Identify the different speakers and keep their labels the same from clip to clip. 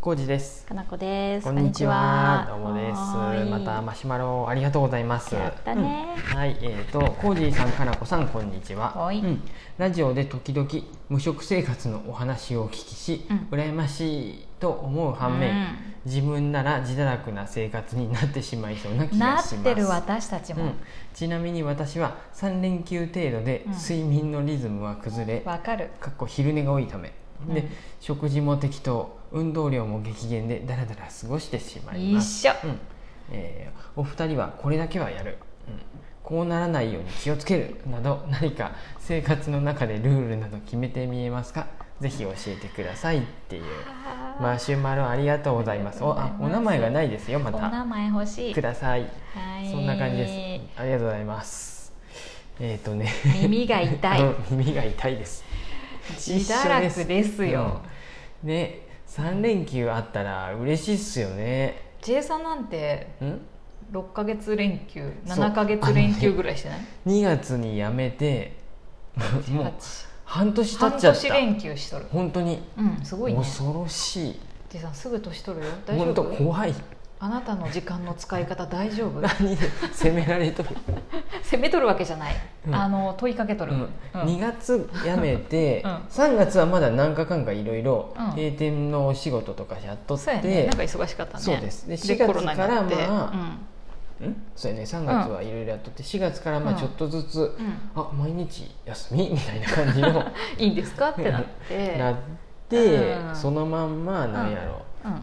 Speaker 1: コウジです。
Speaker 2: かなこです。
Speaker 1: こんにちは。ど
Speaker 2: こ
Speaker 1: うんも
Speaker 2: に
Speaker 1: です。
Speaker 2: はーい
Speaker 1: またマシュマロありがとうございます。
Speaker 2: やったね
Speaker 1: うんはい、えっ、とコウジさん、かなこさん、こんにちは。
Speaker 2: はーい
Speaker 1: うんラジオで時々無職生活のお話をお聞きし、
Speaker 2: うん
Speaker 1: 羨ましいと思う反面、
Speaker 2: うん
Speaker 1: 自分なら自堕落な生活になってしまいそうな気が
Speaker 2: なっ
Speaker 1: します。
Speaker 2: てる私たち
Speaker 1: う
Speaker 2: も
Speaker 1: ん、ちなみに私は3連休程度で
Speaker 2: うん
Speaker 1: 睡眠のリズムは崩れ、
Speaker 2: わかる。
Speaker 1: かっこ昼寝が多いため、で
Speaker 2: うん
Speaker 1: 食事も適当運動量も激減でダラダラ過ごしてしまいま
Speaker 2: 一
Speaker 1: す、
Speaker 2: 緒。
Speaker 1: うんえーお二人はこれだけはやる、うんこうならないように気をつけるなど 何か生活の中でルールなど決めてみえますかぜひ教えてくださいっていうマシュマロありがとうございますおあお名前がないですよま
Speaker 2: お名
Speaker 1: た
Speaker 2: 前欲しい
Speaker 1: く。ださい
Speaker 2: はい
Speaker 1: そんな感じですありがとうございますえっ、とね
Speaker 2: 耳が痛い
Speaker 1: うん 耳が痛いです
Speaker 2: 自堕落ですよ。
Speaker 1: うんね3連休あったら嬉しいっすよね
Speaker 2: J さんなんて
Speaker 1: ん
Speaker 2: 六ヶ月連休、
Speaker 1: そう
Speaker 2: 七ヶ月連休ぐらいしてない？
Speaker 1: 2月に辞めてもう
Speaker 2: 八
Speaker 1: 半年経
Speaker 2: 半
Speaker 1: っちゃった
Speaker 2: 年連休しとる。
Speaker 1: 本当に
Speaker 2: うん、すごいね。
Speaker 1: 恐ろしい
Speaker 2: J さんすぐ年取るよ。大丈
Speaker 1: 本当
Speaker 2: 夫？
Speaker 1: 怖い
Speaker 2: あなたの時間の使い方大丈夫？
Speaker 1: 何で責められとる、
Speaker 2: 責めとるわけじゃない。
Speaker 1: うん
Speaker 2: あの問いかけと
Speaker 1: う
Speaker 2: る。
Speaker 1: ん
Speaker 2: うん
Speaker 1: 2月辞めて、
Speaker 2: うん
Speaker 1: 3月はまだ何かかんかいろいろ
Speaker 2: うん
Speaker 1: 閉店のお仕事とかやっとって
Speaker 2: そうやねなんか忙しかったね
Speaker 1: そうですで4
Speaker 2: コロナになって
Speaker 1: 月からま
Speaker 2: うん
Speaker 1: んそうやね3月はいろいろやっとって4月からまあちょっとずつ、
Speaker 2: うん
Speaker 1: あ毎日休みみたいな感じの
Speaker 2: いいんですかってなっ て
Speaker 1: なって、
Speaker 2: うん
Speaker 1: そのまんまなんやろ、
Speaker 2: うん、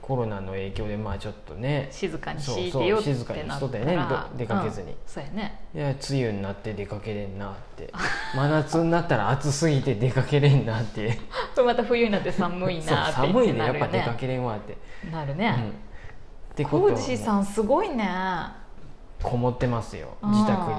Speaker 1: コロナの影響でまあちょっとね
Speaker 2: 静かに
Speaker 1: そう
Speaker 2: しい
Speaker 1: そう
Speaker 2: てよって
Speaker 1: 静かに
Speaker 2: な
Speaker 1: し
Speaker 2: っ
Speaker 1: とったた
Speaker 2: ら
Speaker 1: よねど出かけずに
Speaker 2: うんそうやね
Speaker 1: いや梅雨になって出かけれんなって 真夏になったら暑すぎて出かけれんなって
Speaker 2: これまた冬になって寒いなー
Speaker 1: そ
Speaker 2: っ
Speaker 1: う
Speaker 2: て
Speaker 1: 寒い
Speaker 2: 言って
Speaker 1: で
Speaker 2: な
Speaker 1: やっ
Speaker 2: るよ
Speaker 1: ぱ出か
Speaker 2: ね
Speaker 1: けれんわって、
Speaker 2: なる
Speaker 1: うんっ
Speaker 2: ね
Speaker 1: てこと
Speaker 2: 浩
Speaker 1: はもう
Speaker 2: 二さんすごいね
Speaker 1: こもってますよ
Speaker 2: うん
Speaker 1: 自宅 に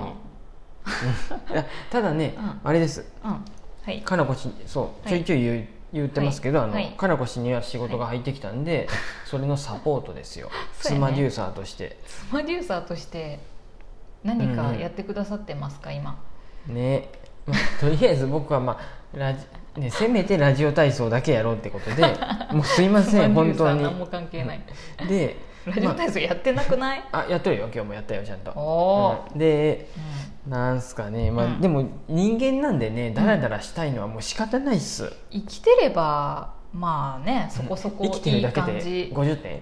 Speaker 1: いやただね、
Speaker 2: うん
Speaker 1: あれです
Speaker 2: うんはい
Speaker 1: かなこ氏にそうちょ
Speaker 2: はい
Speaker 1: いちょい言う、言ってますけど、
Speaker 2: は
Speaker 1: あ
Speaker 2: い
Speaker 1: の
Speaker 2: はい
Speaker 1: かなこ氏には仕事が入ってきたんで、それのサポートですよ、
Speaker 2: そう
Speaker 1: ス
Speaker 2: やね
Speaker 1: マデューサーとして
Speaker 2: スマデューサーとして何かやってくださってますか今
Speaker 1: ね、まあ とりあえず僕はまあラジ、ね、せめてラジオ体操だけやろうってことで もうすいません
Speaker 2: スマデ
Speaker 1: 本
Speaker 2: ューサー
Speaker 1: 当に
Speaker 2: 何も関係ない
Speaker 1: うんで
Speaker 2: ラジオ体操やってなくない、
Speaker 1: まあ、あやっとるよ今日もやったよちゃんと、
Speaker 2: お
Speaker 1: うんで
Speaker 2: ー
Speaker 1: なんすかね、まあ
Speaker 2: うん
Speaker 1: でも人間なんでねダラダラしたいのはもう仕方ないっす、
Speaker 2: 生きてればまあねそこそこ
Speaker 1: 生きて
Speaker 2: い
Speaker 1: る
Speaker 2: い
Speaker 1: だけ
Speaker 2: 感
Speaker 1: で
Speaker 2: じ
Speaker 1: 50点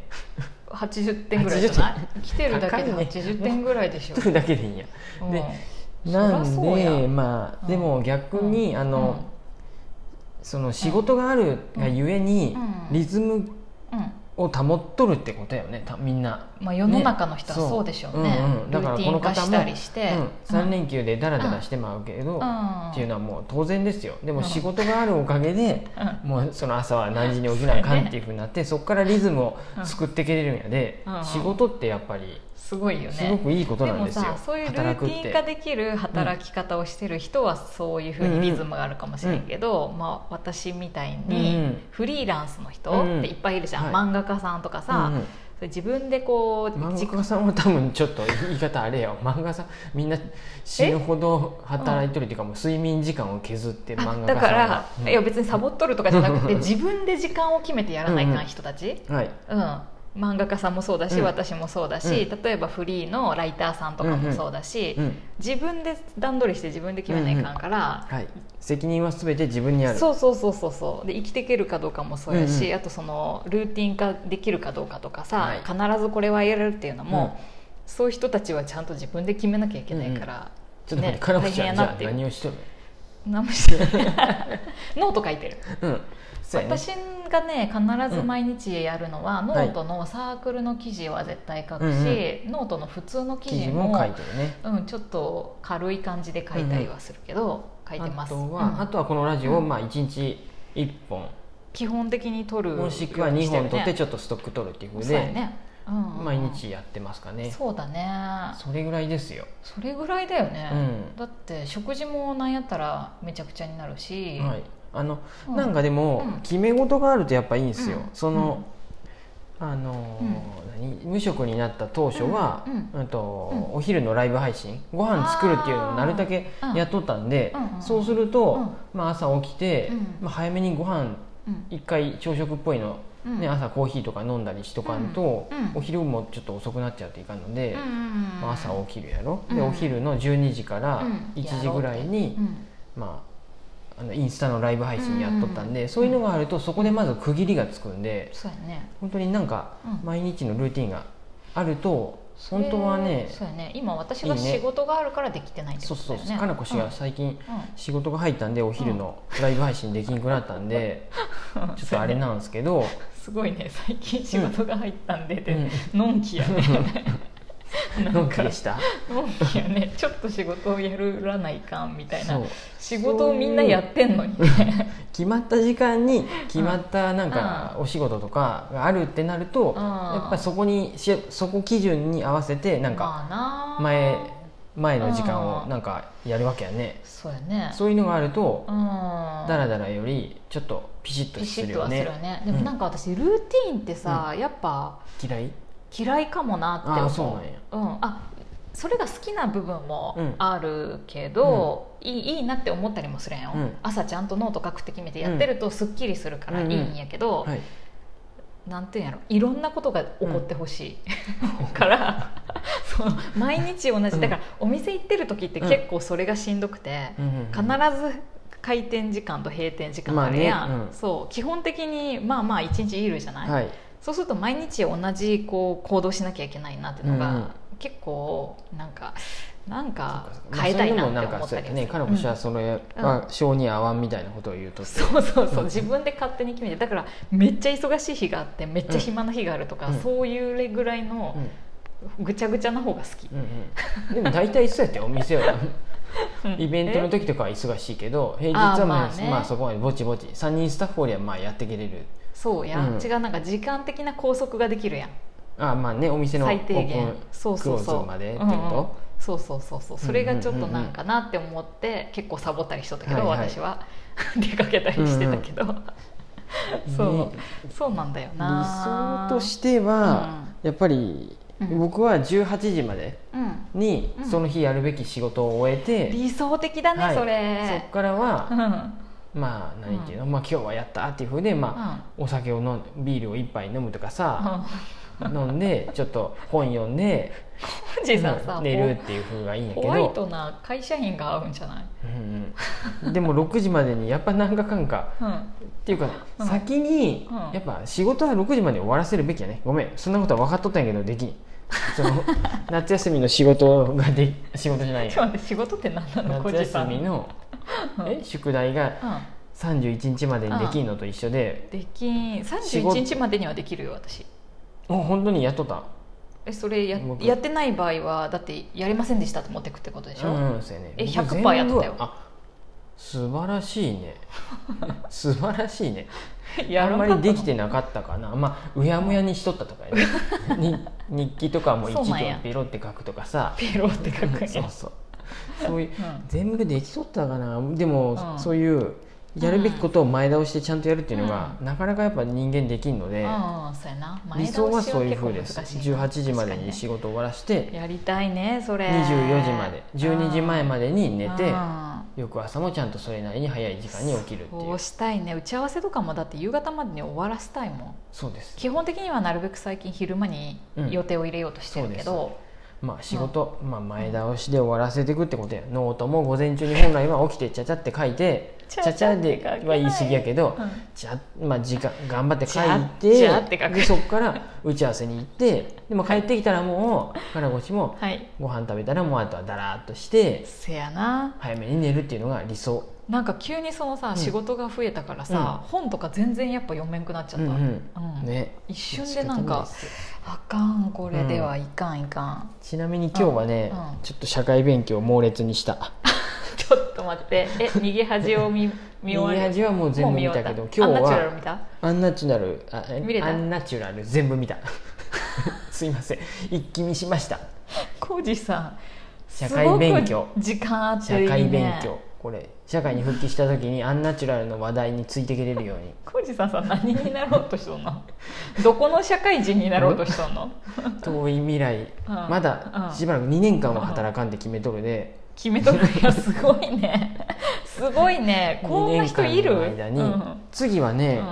Speaker 2: 80点ぐらいじゃない生きてるだけで
Speaker 1: 高いね
Speaker 2: 80点ぐらいでしょ、
Speaker 1: 取るだけでいいんや
Speaker 2: うん
Speaker 1: で
Speaker 2: そ
Speaker 1: な
Speaker 2: ら
Speaker 1: ん
Speaker 2: そうや
Speaker 1: でま
Speaker 2: う
Speaker 1: あ
Speaker 2: ん
Speaker 1: でも逆に、あの、その仕事があるがゆえに、
Speaker 2: うん
Speaker 1: リズム
Speaker 2: うんうん
Speaker 1: を保っとるってことやよねたみんな、
Speaker 2: まあ、世の中の人は
Speaker 1: ね
Speaker 2: そうでしょうね
Speaker 1: うんうんだから
Speaker 2: ルーティン化
Speaker 1: この方も
Speaker 2: したりして、
Speaker 1: うん、3連休でダラダ
Speaker 2: う
Speaker 1: ラ
Speaker 2: ん
Speaker 1: してまうけど、
Speaker 2: うん
Speaker 1: っていうのはもう当然ですよで
Speaker 2: う
Speaker 1: も
Speaker 2: ん
Speaker 1: 仕事があるおかげで、
Speaker 2: う
Speaker 1: もうその朝は何時に起きなあかんっていうふうになってそこからリズムを作ってくれるんやで、
Speaker 2: うん
Speaker 1: 仕事ってやっぱり
Speaker 2: すごいよ
Speaker 1: すご
Speaker 2: ね
Speaker 1: くいいこと
Speaker 2: で
Speaker 1: なん
Speaker 2: も
Speaker 1: ですよ、
Speaker 2: さそういうルーティン化できる働き方をしてる人はそういうふうにリズムがあるかもしれんけど、まあ、私みたい
Speaker 1: うんう
Speaker 2: に
Speaker 1: ん
Speaker 2: フリーランスの人
Speaker 1: うん
Speaker 2: っていっぱいいるじゃ
Speaker 1: は
Speaker 2: ん、
Speaker 1: い
Speaker 2: 漫画家さんとかさ、
Speaker 1: うんうん
Speaker 2: それ自分でこう時
Speaker 1: 漫
Speaker 2: 間
Speaker 1: 画家さんは多分ちょっと言い方あれよ漫画さんみんな死ぬほど働いとるっていうかもう睡眠時間を削って
Speaker 2: あ
Speaker 1: 漫画
Speaker 2: だ
Speaker 1: 家
Speaker 2: か
Speaker 1: さん
Speaker 2: ら
Speaker 1: は、うん
Speaker 2: いや別にサボっとるとかじゃなくて
Speaker 1: うん
Speaker 2: 自分で時間を決めてやらないかん人たち、
Speaker 1: はい
Speaker 2: うん漫画家さんもそうだし、
Speaker 1: うん
Speaker 2: 私もそうだし、例えばフリーのライターさんとかもそうだし、
Speaker 1: うん
Speaker 2: 自分で段取りして自分で決めないかんから、
Speaker 1: はい責任は全て自分にある
Speaker 2: そうそうそうそうそうで生きていけるかどうかもそうやし、
Speaker 1: うんう
Speaker 2: あとそのルーティン化できるかどうかとか
Speaker 1: は
Speaker 2: さ、
Speaker 1: い
Speaker 2: 必ずこれはやれるっていうのも、
Speaker 1: う
Speaker 2: そういう人たちはちゃんと自分で決めなきゃいけないから、
Speaker 1: ちょっと待って、
Speaker 2: ね
Speaker 1: かなこちゃんじ
Speaker 2: 大変や
Speaker 1: ゃ
Speaker 2: な
Speaker 1: あ
Speaker 2: っていう
Speaker 1: 何をしとる
Speaker 2: 何もしてない ノート書いてる
Speaker 1: うんそうやね
Speaker 2: 私がね必ず毎日やるのは、ノートのサークルの記事は絶対書くし、
Speaker 1: うん
Speaker 2: ノートの普通の記
Speaker 1: 記
Speaker 2: 事
Speaker 1: 事
Speaker 2: も
Speaker 1: も書いてるね
Speaker 2: うん、ちょっと軽い感じで書いたりはするけど、書いて
Speaker 1: あ
Speaker 2: ます
Speaker 1: とは、
Speaker 2: うん
Speaker 1: あとはこのラジオを
Speaker 2: うん
Speaker 1: まあ1日1本、
Speaker 2: 基本的に取る
Speaker 1: もしくは2本取ってち
Speaker 2: ょ
Speaker 1: ょっとストック取るっていうふう
Speaker 2: そうや
Speaker 1: で、
Speaker 2: ね、うんうん
Speaker 1: 毎日やってますかね
Speaker 2: そうだね
Speaker 1: それぐらいですよ
Speaker 2: それぐらいだよね、
Speaker 1: うん
Speaker 2: だって食事もなんやったらめちゃくちゃになるし、
Speaker 1: はい、あの、
Speaker 2: うん
Speaker 1: なんかでも、
Speaker 2: うん
Speaker 1: 決め事があるとやっぱいいんですよ、
Speaker 2: うん
Speaker 1: その、あのー何無職になった当初は、
Speaker 2: う
Speaker 1: うんんと
Speaker 2: うん
Speaker 1: お昼のライブ配信ご飯作るっていうのをなるだけ
Speaker 2: あーうん
Speaker 1: やっとったんで、
Speaker 2: うんうん
Speaker 1: そうすると、まあ、朝起きて、
Speaker 2: うん
Speaker 1: まあ、早めにご飯
Speaker 2: うん
Speaker 1: 一回朝食っぽいの
Speaker 2: うん
Speaker 1: ね、朝コーヒーとか飲んだりしとかんと、
Speaker 2: うんうん
Speaker 1: お昼もちょっと遅くなっちゃうといかんので、
Speaker 2: うんうん
Speaker 1: まあ、朝起きるやろ、で
Speaker 2: うん
Speaker 1: お昼の12時から
Speaker 2: うん
Speaker 1: 1時ぐらいに、
Speaker 2: うん
Speaker 1: まあ、あのインスタのライブ配信やっとったんで、そういうのがあるとそこでまず区切りがつくんで
Speaker 2: そうやね
Speaker 1: 本当になんか
Speaker 2: うん
Speaker 1: 毎日のルーティンがあると本当はね
Speaker 2: えーそうやね今私が
Speaker 1: いいね
Speaker 2: 仕事があるからできてないって
Speaker 1: そ
Speaker 2: こ
Speaker 1: うそ
Speaker 2: と
Speaker 1: う
Speaker 2: だよ
Speaker 1: そ
Speaker 2: ね
Speaker 1: うかなこ氏が
Speaker 2: う
Speaker 1: 最近
Speaker 2: んうん
Speaker 1: 仕事が入ったんでお昼のライブ配信できんくなったん でちょっとあれなんですけど、
Speaker 2: すごいね最近仕事が入ったんでで、
Speaker 1: うん
Speaker 2: のんきやねなんか
Speaker 1: のんきでした
Speaker 2: のんきやねちょっと仕事をやらないかんみたい
Speaker 1: そ
Speaker 2: な
Speaker 1: う
Speaker 2: 仕事をみんなやってんのにね
Speaker 1: 決まった時間に決まったなんかお仕事とかがあるってなると、
Speaker 2: うん
Speaker 1: やっぱりそこにしそこ基準に合わせてなんか
Speaker 2: まあなあ
Speaker 1: 前前の時間
Speaker 2: う
Speaker 1: を
Speaker 2: ん
Speaker 1: なんかやるわけやね、
Speaker 2: そうやね
Speaker 1: そういうのがあると
Speaker 2: うん
Speaker 1: ダラダラよりちょっとピシッと
Speaker 2: ピシ
Speaker 1: す
Speaker 2: ッ
Speaker 1: るよ
Speaker 2: とはする
Speaker 1: ね
Speaker 2: よねでもなんか私ルーティーンってさ、やっぱ
Speaker 1: 嫌い
Speaker 2: 嫌いかもなって思う
Speaker 1: ああそうなんや
Speaker 2: うんあそれが好きな部分
Speaker 1: う
Speaker 2: も
Speaker 1: ん
Speaker 2: あるけど、いいいいなって思ったりもするんよ、
Speaker 1: うん
Speaker 2: 朝ちゃんとノート書くって決めてやってるとすっきりするからいいんやけど、
Speaker 1: はい
Speaker 2: なんていうんやろいろんなことが起こってほしい、から そう毎日同じだからお店行ってる時って結構それがしんどくて、
Speaker 1: うんうんうん
Speaker 2: 必ず開店時間と閉店時間
Speaker 1: ま
Speaker 2: あ
Speaker 1: あね
Speaker 2: るやん、
Speaker 1: うん
Speaker 2: そう基本的にまあまあ一日いるじゃない、
Speaker 1: はい
Speaker 2: そうすると毎日同じこう行動しなきゃいけないなっていうのが、
Speaker 1: うんうん
Speaker 2: 結構なんかなんか
Speaker 1: そうか
Speaker 2: 変えたいなって
Speaker 1: まあ
Speaker 2: 思っ
Speaker 1: そ
Speaker 2: た
Speaker 1: れ
Speaker 2: り
Speaker 1: で
Speaker 2: す
Speaker 1: も
Speaker 2: る
Speaker 1: なんかそうやね彼女はそれは性に合わんみたいなことを言うとって
Speaker 2: そうそうそう自分で勝手に決めてだからめっちゃ忙しい日があってめっちゃ暇な日があるとか、
Speaker 1: うん
Speaker 2: そういうぐらいの
Speaker 1: うん
Speaker 2: ぐちゃぐちゃな方が好き、
Speaker 1: うんうんでも大体そうやってお店 は
Speaker 2: うん
Speaker 1: イベントの時とかは忙しいけど平日
Speaker 2: あー
Speaker 1: は
Speaker 2: ま
Speaker 1: ま
Speaker 2: あ
Speaker 1: あ
Speaker 2: ね
Speaker 1: まあそこまでぼちぼち3人スタッフおりはまあやっていけれる
Speaker 2: えそうや、
Speaker 1: うん
Speaker 2: 違うなんか時間的な拘束ができるやん
Speaker 1: あーまあねお店のオー
Speaker 2: 最
Speaker 1: プ
Speaker 2: 低限
Speaker 1: ン
Speaker 2: そう
Speaker 1: ク
Speaker 2: そ
Speaker 1: ロ
Speaker 2: う
Speaker 1: ーズ
Speaker 2: そう
Speaker 1: までって
Speaker 2: う
Speaker 1: こ
Speaker 2: んうん
Speaker 1: と
Speaker 2: そうそうそうそうそれがちょっとなんかなって思って結構サボったりしとったけど、
Speaker 1: はいはい
Speaker 2: 私は 出かけたりしてたけど、 そう
Speaker 1: ね
Speaker 2: そうなんだよ
Speaker 1: 理想
Speaker 2: な
Speaker 1: としては、やっぱり
Speaker 2: うん
Speaker 1: 僕は18時まで
Speaker 2: うん
Speaker 1: に
Speaker 2: うん
Speaker 1: その日やるべき仕事を終えて、
Speaker 2: 理想的だね、
Speaker 1: はい
Speaker 2: そ
Speaker 1: そ
Speaker 2: れ
Speaker 1: こから
Speaker 2: う
Speaker 1: は、
Speaker 2: ん
Speaker 1: まあ何ていうの、まあ、今日はやったっていうふうで、まあお酒を飲んビールを一杯飲むとかさ、飲んでちょっと本読んで
Speaker 2: うんジさんさ、
Speaker 1: うん寝るっていうふうがいいんやけ
Speaker 2: ホ
Speaker 1: ど
Speaker 2: ホワイトな会社員が合うんじゃない、
Speaker 1: うんうんでも6時までにやっぱ何かかんか
Speaker 2: うん、
Speaker 1: っていうか、
Speaker 2: うん
Speaker 1: 先に
Speaker 2: うん
Speaker 1: やっぱ仕事は6時まで終わらせるべきやねごめんそんなことは分かっとったんやけどできんそ の夏休みの仕事がで仕事じゃない
Speaker 2: ちょ
Speaker 1: や
Speaker 2: っと待って仕事って何なの小
Speaker 1: 夏
Speaker 2: 路さ
Speaker 1: 休
Speaker 2: ん
Speaker 1: みの
Speaker 2: うん
Speaker 1: え宿題が31日までにできんのと一緒で、
Speaker 2: うん、できん
Speaker 1: 仕事
Speaker 2: 31日までにはできるよ私
Speaker 1: もう本当にやっとった
Speaker 2: えそれや
Speaker 1: 僕
Speaker 2: やってない場合はだってやれませんでしたと持ってくってことでしょ、
Speaker 1: うんうんそうやね
Speaker 2: え
Speaker 1: 僕
Speaker 2: 100%
Speaker 1: 全部
Speaker 2: やっとったよ
Speaker 1: あ素晴らしい ね素晴らしいね
Speaker 2: や
Speaker 1: あ
Speaker 2: ら
Speaker 1: んま
Speaker 2: なかった
Speaker 1: りできてなかったかなまあうやむやにしとったとかやね に日記とかも一
Speaker 2: そう
Speaker 1: 行
Speaker 2: なんや
Speaker 1: ペロって書くとかさ
Speaker 2: ペロって書くん
Speaker 1: そう
Speaker 2: や
Speaker 1: そうそういう
Speaker 2: うん
Speaker 1: 全部できとったかなでも、
Speaker 2: うん
Speaker 1: そういうやるべきことを前倒してちゃんとやるっていうのが、なかなかやっぱ人間できんので、
Speaker 2: うんそうやな前
Speaker 1: 理
Speaker 2: 倒
Speaker 1: 想
Speaker 2: し
Speaker 1: はそういうふうで
Speaker 2: 結
Speaker 1: す
Speaker 2: 構難しいな
Speaker 1: 18時までに
Speaker 2: 確か
Speaker 1: 仕事を終わらして
Speaker 2: にねやりたいねそれ
Speaker 1: 24時まで12時前ま
Speaker 2: で
Speaker 1: でに寝て
Speaker 2: うん
Speaker 1: 翌朝もちゃんとそれなりに早い時間に起きるってい
Speaker 2: そううしたいね打ち合わせとかもだって夕方までに終わらせたいもん
Speaker 1: そうです
Speaker 2: 基本的にはなるべく最近昼間に予定を入れようとしてるけど、
Speaker 1: まあ仕事、まあ、前倒しで終わらせていくってことやノートも午前中に本来は起きてちゃちゃって書いて
Speaker 2: ち
Speaker 1: ち
Speaker 2: ゃ
Speaker 1: ゃ
Speaker 2: ちゃ
Speaker 1: ちゃでは言い過ぎやけど、
Speaker 2: うん
Speaker 1: ちゃまあ時間頑張って書い
Speaker 2: ち
Speaker 1: て
Speaker 2: ゃちゃって書く
Speaker 1: でそこから打ち合わせに行ってでも帰ってきたらもう金越しも
Speaker 2: はい
Speaker 1: ご飯食べたらもうあとはだらーっとして
Speaker 2: せやな
Speaker 1: 早めに寝るっていうのが理想、
Speaker 2: なんか急にそのさ、
Speaker 1: ん
Speaker 2: 仕事が増えたからさ、本とか全然やっぱ読めんくなっちゃった、
Speaker 1: うん
Speaker 2: うん
Speaker 1: ね
Speaker 2: 一瞬でなん
Speaker 1: 仕方ない
Speaker 2: か
Speaker 1: ですよ
Speaker 2: あかんこれではいかんい かん、
Speaker 1: ちなみに今日はね、
Speaker 2: うんうん
Speaker 1: ちょっと社会勉強を猛烈にした
Speaker 2: ちょっと待ってえ逃げ恥を 見見終わり
Speaker 1: 右端はもう全部見たけど今日
Speaker 2: アンナチュラル
Speaker 1: は
Speaker 2: 見た
Speaker 1: アンナチュラルあえ
Speaker 2: 見れた
Speaker 1: アンナチュラル全部見た すいません一気見しました
Speaker 2: 浩二さん
Speaker 1: 社会勉
Speaker 2: すご
Speaker 1: 強
Speaker 2: く時間あって
Speaker 1: 社
Speaker 2: いい、ね、
Speaker 1: 会勉強これ社会に復帰した時にアンナチュラルの話題についていけれるよう に
Speaker 2: 浩二さんさ何になろうとしとんのどこの社会人になろうとしとんの
Speaker 1: 遠い未来
Speaker 2: うん
Speaker 1: ま
Speaker 2: う
Speaker 1: だ
Speaker 2: ん
Speaker 1: しばらく2年間は働かんで決めとるで
Speaker 2: 決めとるいやすご いねすごいねこん
Speaker 1: 2
Speaker 2: な
Speaker 1: 年
Speaker 2: 人
Speaker 1: 間
Speaker 2: いる
Speaker 1: の間に
Speaker 2: うん
Speaker 1: 次はね
Speaker 2: うん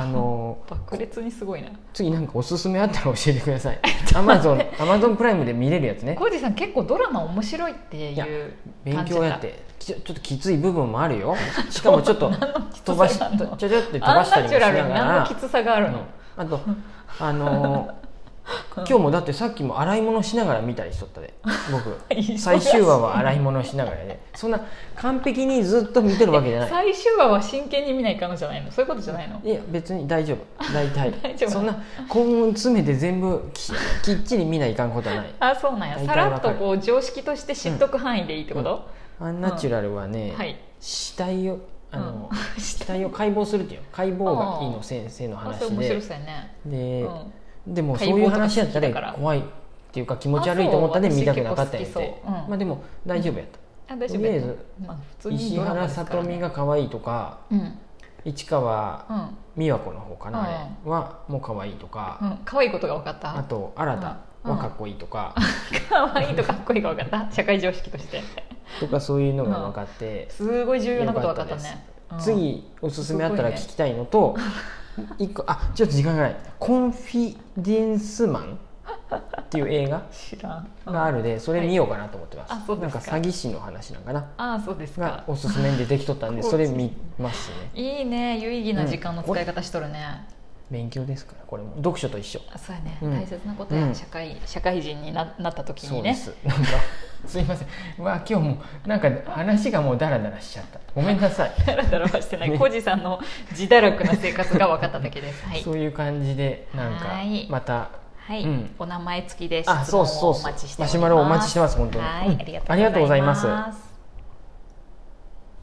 Speaker 1: あ の
Speaker 2: 爆裂にすごいな
Speaker 1: 次なんかおすすめあったら教えてくださ いアマゾンアマゾンプライムで見れるやつね
Speaker 2: 浩二さん結構ドラマ面白いっていう
Speaker 1: いや勉
Speaker 2: 感じ
Speaker 1: 強
Speaker 2: だ
Speaker 1: やってちょちょっときつい部分もあるよしかもちょっ と飛ばし
Speaker 2: 何のきつさ
Speaker 1: ち
Speaker 2: があんの
Speaker 1: ょちょって飛
Speaker 2: ア
Speaker 1: ば
Speaker 2: ン
Speaker 1: したりも
Speaker 2: ナチ
Speaker 1: し
Speaker 2: ュ
Speaker 1: な
Speaker 2: ラ
Speaker 1: が
Speaker 2: ルに何の
Speaker 1: ら
Speaker 2: きつさがあるの、
Speaker 1: あとあのー今日もだってさっきも洗い物しながら見たりしとったで
Speaker 2: 忙しい
Speaker 1: 僕最終話は洗い物しながらねそんな完璧にずっと見てるわけじゃない
Speaker 2: 最終話は真剣に見ないかのじゃないのそういうことじゃないの
Speaker 1: いや別に大丈夫大体
Speaker 2: 大丈夫
Speaker 1: そんな肛門詰めて全部ききっちり見ないかんことはない
Speaker 2: あそうなんや
Speaker 1: 大体
Speaker 2: さらっとこう常識として知っとく範囲でいいってこと、
Speaker 1: アンナチュラルはね、
Speaker 2: はい
Speaker 1: 死体をあの、
Speaker 2: うん
Speaker 1: 死体を解剖するっていう解剖がいいの先生の
Speaker 2: あ
Speaker 1: 話
Speaker 2: それ面白
Speaker 1: で
Speaker 2: そうやね、
Speaker 1: で、
Speaker 2: うん
Speaker 1: でもそ
Speaker 2: 解
Speaker 1: ういう
Speaker 2: 剖とか
Speaker 1: 話やった
Speaker 2: 好きだから
Speaker 1: ら怖いっていうか気持ち悪いと思ったんで
Speaker 2: あそう
Speaker 1: 見たくなかったんやっ
Speaker 2: 私結
Speaker 1: て
Speaker 2: 構、好きそううん
Speaker 1: まあでも大丈夫やった、
Speaker 2: あ大丈夫
Speaker 1: とりあえず
Speaker 2: まあ、普通に
Speaker 1: 石
Speaker 2: ドラマ
Speaker 1: 原
Speaker 2: です
Speaker 1: さ
Speaker 2: から
Speaker 1: と
Speaker 2: ね
Speaker 1: みが可愛いとか
Speaker 2: うんうん
Speaker 1: 市川美和子の方かな、あれはもう可愛いと
Speaker 2: う
Speaker 1: か、
Speaker 2: ん可愛いことが分かっ
Speaker 1: あ
Speaker 2: た
Speaker 1: と新田
Speaker 2: うん
Speaker 1: はかっこいいとか、
Speaker 2: 可愛いとかっこいいが分かった社会常識 として
Speaker 1: とかそういうのが分かって、
Speaker 2: すごい重要なこと分かった
Speaker 1: よ
Speaker 2: ねうん
Speaker 1: 次おすすめあったら聞きたいのと、一個あちょっと時間がない「コンフィデンスマン」っていう映画
Speaker 2: 知らんうん
Speaker 1: があるでそれ見ようかなと思ってます、
Speaker 2: はいあそう
Speaker 1: な
Speaker 2: で
Speaker 1: ん
Speaker 2: す
Speaker 1: か
Speaker 2: か
Speaker 1: 詐欺師の話なんかな
Speaker 2: ああそうです
Speaker 1: が
Speaker 2: か
Speaker 1: おすすめに出てきとったんで
Speaker 2: こう
Speaker 1: それ見ますね
Speaker 2: いいね有意義な時間の使い方しとるね、
Speaker 1: 勉強ですからこれも読書と一緒
Speaker 2: あそうやね、
Speaker 1: うん
Speaker 2: 大切なことや、
Speaker 1: うん
Speaker 2: 社会社会人にななった時
Speaker 1: そ
Speaker 2: に
Speaker 1: うで
Speaker 2: ね
Speaker 1: すなんか すいませんうわ今日もうなんか話がもうダラダラしちゃったごめんなさい、
Speaker 2: だらだらはしてない
Speaker 1: ね
Speaker 2: コジさんの自堕落な生活が分かっただけですはい
Speaker 1: そういう感じでなんか
Speaker 2: はい
Speaker 1: また
Speaker 2: はい、
Speaker 1: うん
Speaker 2: お名前付きで質
Speaker 1: あそう
Speaker 2: 問を
Speaker 1: そう
Speaker 2: お
Speaker 1: そう
Speaker 2: 待ちしており
Speaker 1: マ
Speaker 2: ます
Speaker 1: シュマロお待ちしてます本当に
Speaker 2: は
Speaker 1: う
Speaker 2: い
Speaker 1: ん
Speaker 2: あり
Speaker 1: ありが
Speaker 2: が
Speaker 1: と
Speaker 2: と
Speaker 1: う
Speaker 2: う
Speaker 1: ご
Speaker 2: ご
Speaker 1: ざ
Speaker 2: ざ
Speaker 1: い
Speaker 2: い
Speaker 1: ま
Speaker 2: ますす